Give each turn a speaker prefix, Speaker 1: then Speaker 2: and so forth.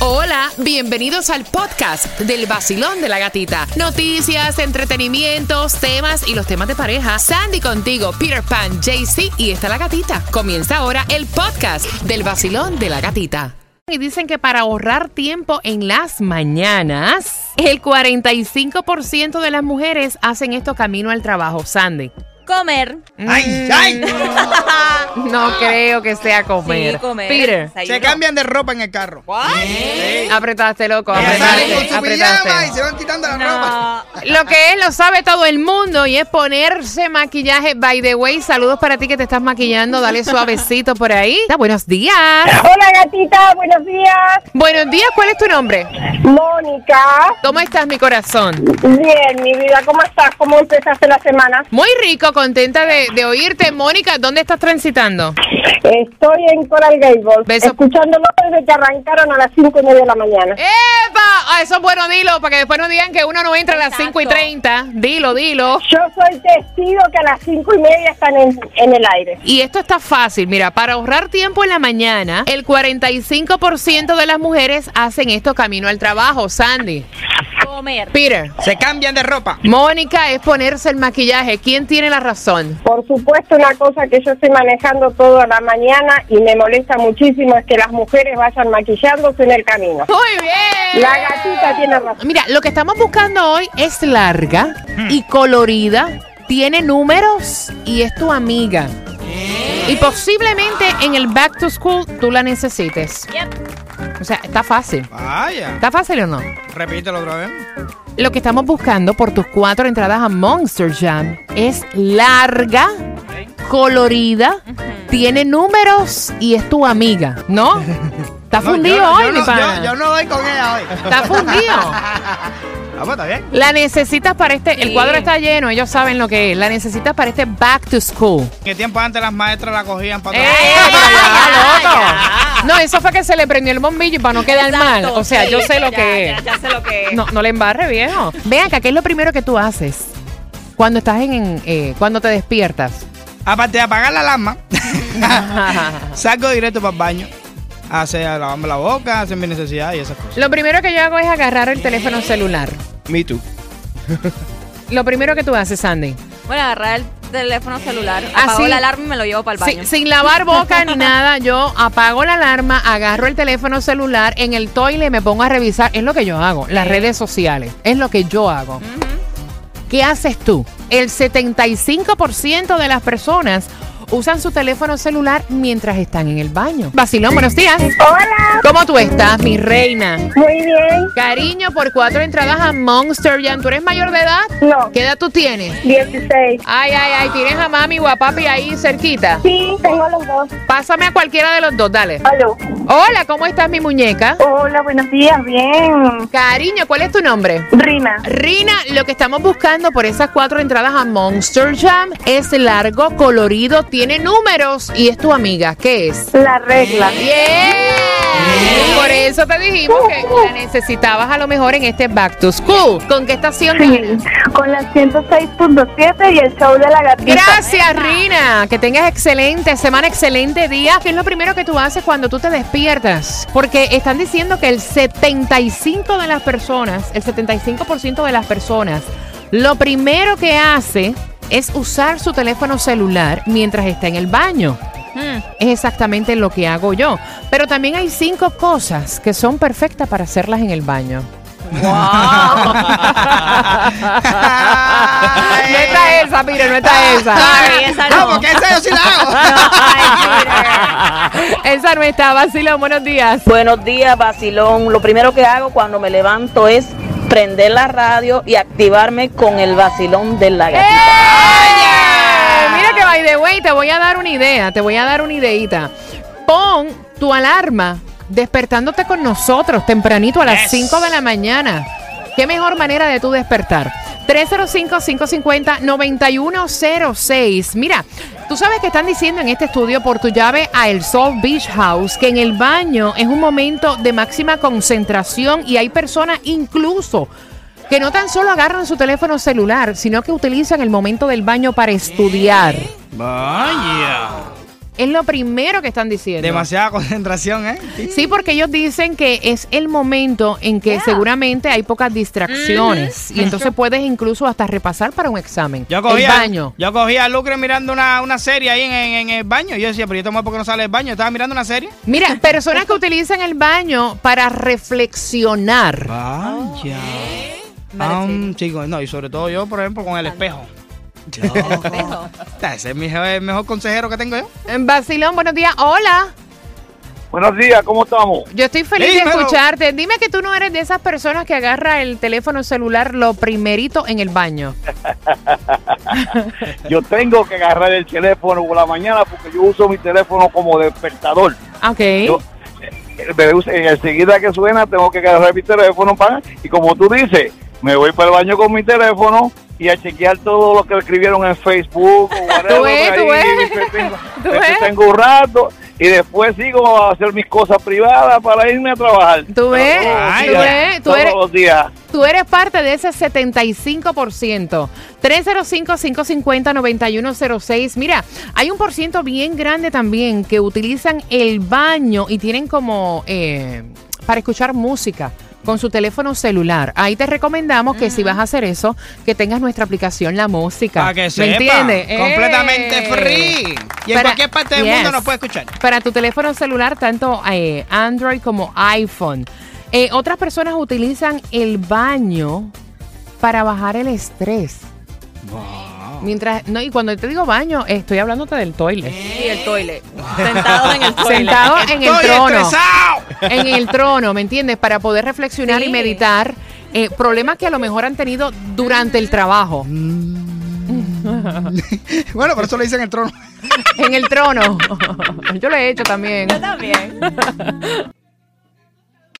Speaker 1: Hola, bienvenidos al podcast del vacilón de la gatita. Noticias, entretenimientos, temas y los temas de pareja. Sandy contigo, Peter Pan, JC y está la gatita. Comienza ahora el podcast del vacilón de la gatita. Y dicen que para ahorrar tiempo en las mañanas, el 45% de las mujeres hacen esto camino al trabajo, Sandy.
Speaker 2: Comer.
Speaker 1: Mm.
Speaker 3: ¡Ay, ay!
Speaker 1: No creo que sea comer.
Speaker 2: Sí, comer.
Speaker 1: Peter,
Speaker 2: Desayuno.
Speaker 3: Se cambian de ropa en el carro. Sí.
Speaker 1: apretaste, loco.
Speaker 3: Ellas salen
Speaker 1: Apretaste,
Speaker 3: con su pijama y
Speaker 1: apretaste.
Speaker 3: se van quitando la ropa.
Speaker 2: No.
Speaker 1: Lo que es, lo sabe todo el mundo y es ponerse maquillaje. By the way, saludos para ti que te estás maquillando. Dale suavecito por ahí. Ah, buenos días.
Speaker 4: Hola gatita, buenos días.
Speaker 1: Buenos días, ¿cuál es tu nombre?
Speaker 4: Mónica.
Speaker 1: ¿Cómo estás, mi corazón?
Speaker 4: Bien, mi vida, ¿cómo estás? ¿Cómo empezaste la semana?
Speaker 1: Muy rico, contenta de, de oírte. Mónica, ¿dónde estás transitando?
Speaker 4: Estoy en Coral Gables,
Speaker 1: Beso. Eh.
Speaker 4: escuchándolo desde que arrancaron a las cinco y media de la mañana.
Speaker 1: ¡Epa! Ah, eso es bueno, dilo, para que después no digan que uno no entra a las
Speaker 2: Exacto.
Speaker 1: 5 y 30. Dilo, dilo.
Speaker 4: Yo soy testigo que a las cinco y media están en, en el aire.
Speaker 1: Y esto está fácil, mira, para ahorrar tiempo en la mañana, el 45% de las mujeres hacen esto camino al trabajo, Sandy.
Speaker 3: pues.
Speaker 2: Comer.
Speaker 1: Peter,
Speaker 3: Se cambian de ropa.
Speaker 1: Mónica es ponerse el maquillaje. ¿Quién tiene la razón?
Speaker 4: Por supuesto, una cosa que yo estoy manejando toda la mañana y me molesta muchísimo es que las mujeres vayan maquillándose en el camino.
Speaker 1: Muy bien.
Speaker 4: La gatita tiene razón.
Speaker 1: Mira, lo que estamos buscando hoy es larga y colorida, tiene números y es tu amiga. Y posiblemente en el back to school tú la necesites.
Speaker 2: Yep.
Speaker 1: O sea, está fácil.
Speaker 3: Vaya.
Speaker 1: ¿Está fácil o no?
Speaker 3: Repítelo otra vez.
Speaker 1: Lo que estamos buscando por tus cuatro entradas a Monster Jam es larga, colorida, tiene números y es tu amiga, ¿no? Está
Speaker 3: No,
Speaker 1: fundido
Speaker 3: yo-
Speaker 1: hoy,
Speaker 3: yo
Speaker 1: mi
Speaker 3: no-
Speaker 1: pana.
Speaker 3: Yo, yo no doy con ella hoy.
Speaker 1: Está fundido.
Speaker 3: Ah, pues, está bien.
Speaker 1: La necesitas para este. El
Speaker 2: Sí.
Speaker 1: cuadro está lleno, ellos saben lo que es. La necesitas para este back to school.
Speaker 3: ¿Qué tiempo antes las maestras la cogían para
Speaker 1: ¡Eh,
Speaker 2: ya,
Speaker 1: pero ya,
Speaker 2: ya,
Speaker 1: loco! No, eso fue que se le prendió el bombillo y para no quedar mal.
Speaker 2: Exacto,
Speaker 1: O sea,
Speaker 2: sí,
Speaker 1: yo sé lo
Speaker 2: ya,
Speaker 1: que
Speaker 2: ya,
Speaker 1: es.
Speaker 2: ya sé lo que es.
Speaker 1: No, no le embarre, viejo. Ve acá, ¿qué es lo primero que tú haces cuando estás en. en, eh, cuando te despiertas?
Speaker 3: Aparte de apagar la alarma, salgo directo para el baño. Hace a lavarme la boca, hacer mis necesidades y esas cosas.
Speaker 1: lo primero que yo hago es agarrar el teléfono celular.
Speaker 3: Me too.
Speaker 1: Lo primero que tú haces, Sandy.
Speaker 2: Bueno, agarrar el teléfono celular.
Speaker 1: Ah,
Speaker 2: Apago
Speaker 1: sí.
Speaker 2: la alarma y me lo llevo para el
Speaker 1: Sí,
Speaker 2: baño.
Speaker 1: Sin, lavar boca ni nada, yo apago la alarma, agarro el teléfono celular, en el toile me pongo a revisar. Es lo que yo hago, las redes sociales. Es lo que yo hago. ¿Qué haces tú? El 75% de las personas usan su teléfono celular mientras están en el baño. Vacilón, buenos días.
Speaker 4: Hola,
Speaker 1: ¿Cómo tú estás, mi reina?
Speaker 4: muy bien.
Speaker 1: Cariño, por cuatro entradas a Monster Jam. ¿Tú eres mayor de edad?
Speaker 4: No,
Speaker 1: ¿Qué edad tú tienes?
Speaker 4: 16.
Speaker 1: Ay, ay, ay, tienes a mami o a papi ahí cerquita.
Speaker 4: Sí, tengo los dos.
Speaker 1: Pásame a cualquiera de los dos, dale.
Speaker 4: Aló.
Speaker 1: Hola, ¿cómo estás, mi muñeca?
Speaker 4: Hola, buenos días, bien.
Speaker 1: Cariño, ¿cuál es tu nombre?
Speaker 4: Rina.
Speaker 1: Rina, lo que estamos buscando por esas cuatro entradas a Monster Jam es largo, colorido, tiene números y es tu amiga. ¿Qué es?
Speaker 4: La regla.
Speaker 1: ¡Bien! Por eso te dijimos que la necesitabas a lo mejor en este Back to School. ¿Con qué estación?
Speaker 4: Sí,
Speaker 1: ganas?
Speaker 4: con la 106.7 y el show de la gatita.
Speaker 1: Gracias, Rina. Que tengas excelente semana, excelente día. ¿Qué es lo primero que tú haces cuando tú te despiertas? Porque están diciendo que el 75 de las personas, el 75% de las personas, lo primero que hace es usar su teléfono celular mientras está en el baño.
Speaker 2: Mm,
Speaker 1: Es exactamente lo que hago yo. Pero también hay cinco cosas que son perfectas para hacerlas en el baño. no está esa, Pire, no está esa.
Speaker 2: Sorry, esa
Speaker 3: No,
Speaker 2: no.
Speaker 3: porque esa yo sí la hago.
Speaker 1: Esa no está, vacilón, buenos días.
Speaker 5: Buenos días, vacilón. Lo primero que hago cuando me levanto es prender la radio y activarme con el vacilón de la gatita.
Speaker 1: Eh, Mira que by the way, te voy a dar una idea, te voy a dar una ideita. Pon tu alarma despertándote con nosotros tempranito a las
Speaker 3: Yes.
Speaker 1: 5 de la mañana. ¿Qué mejor manera de tú despertar? 305-550-9106. Mira, tú sabes que están diciendo en este estudio por tu llave a El Sol Beach House que en el baño es un momento de máxima concentración y hay personas incluso que no tan solo agarran su teléfono
Speaker 3: ¿Eh?
Speaker 1: celular, sino que utilizan el momento del baño para estudiar.
Speaker 3: Vaya.
Speaker 1: Es lo primero que están diciendo.
Speaker 3: Demasiada concentración, ¿eh?
Speaker 1: Sí, porque ellos dicen que es el momento en que
Speaker 2: Yeah.
Speaker 1: seguramente hay pocas distracciones y entonces puedes incluso hasta repasar para un examen.
Speaker 3: Yo cogía,
Speaker 1: el baño.
Speaker 3: Yo cogía a Lucre mirando una, una serie ahí en, en- en el baño. Yo decía, pero yo tomo porque no sale del baño. Estaba mirando una serie.
Speaker 1: Mira, personas que utilizan el baño para reflexionar.
Speaker 3: Vaya. Ah,
Speaker 2: Vale,
Speaker 3: um, chico, no, y sobre todo yo, por ejemplo, con el espejo.
Speaker 2: espejo.
Speaker 3: Ese es mi, el mejor consejero que tengo yo.
Speaker 1: En Basilón, buenos días. Hola.
Speaker 6: Buenos días, ¿cómo estamos?
Speaker 1: Yo estoy feliz de
Speaker 3: Dímelo.
Speaker 1: escucharte. Dime que tú no eres de esas personas que agarra el teléfono celular lo primerito en el baño.
Speaker 6: Yo tengo que agarrar el teléfono por la mañana porque yo uso mi teléfono como despertador.
Speaker 1: Ok.
Speaker 6: Yo, eh, me usa- eh, enseguida que suena tengo que agarrar mi teléfono para, y como tú dices, me voy para el baño con mi teléfono y a chequear todo lo que escribieron en Facebook o whatever,
Speaker 1: Tú ves, tú
Speaker 6: ahí,
Speaker 1: ves.
Speaker 6: me tengo-
Speaker 1: Tú
Speaker 6: me
Speaker 1: ves.
Speaker 6: tengo un rato y después sigo a hacer mis cosas privadas para irme a trabajar.
Speaker 1: Tú ves,
Speaker 3: Ay,
Speaker 1: tú
Speaker 3: ya.
Speaker 1: ves, tú
Speaker 6: Todos
Speaker 1: eres,
Speaker 6: los días.
Speaker 1: Tú eres parte de ese 75%. 305-550-9106. Mira, hay un por ciento bien grande también que utilizan el baño y tienen como eh, para escuchar música con su teléfono celular. Ahí te recomendamos que si vas a hacer eso, que tengas nuestra aplicación La Música.
Speaker 3: Para que
Speaker 1: ¿Me
Speaker 3: sepa.
Speaker 1: entiendes?
Speaker 3: Completamente
Speaker 1: ¡Eh!
Speaker 3: free. Y en
Speaker 1: Para-
Speaker 3: cualquier parte del mundo
Speaker 1: Yes.
Speaker 3: nos puede escuchar.
Speaker 1: Para tu teléfono celular, tanto eh, Android como iPhone. Eh, otras personas utilizan el baño para bajar el estrés. Mientras, no, y cuando te digo baño, estoy hablándote del toilet.
Speaker 2: Sí, el toilet. Sentado en el toilet.
Speaker 1: Sentado en el
Speaker 3: Estoy
Speaker 1: trono.
Speaker 3: estresado.
Speaker 1: En el trono, ¿me entiendes? Para poder reflexionar y
Speaker 2: Sí.
Speaker 1: meditar. eh, problemas que a lo mejor han tenido durante el trabajo.
Speaker 3: Bueno, por eso le dicen el trono.
Speaker 1: En el trono. Yo lo he hecho también.
Speaker 2: Yo también.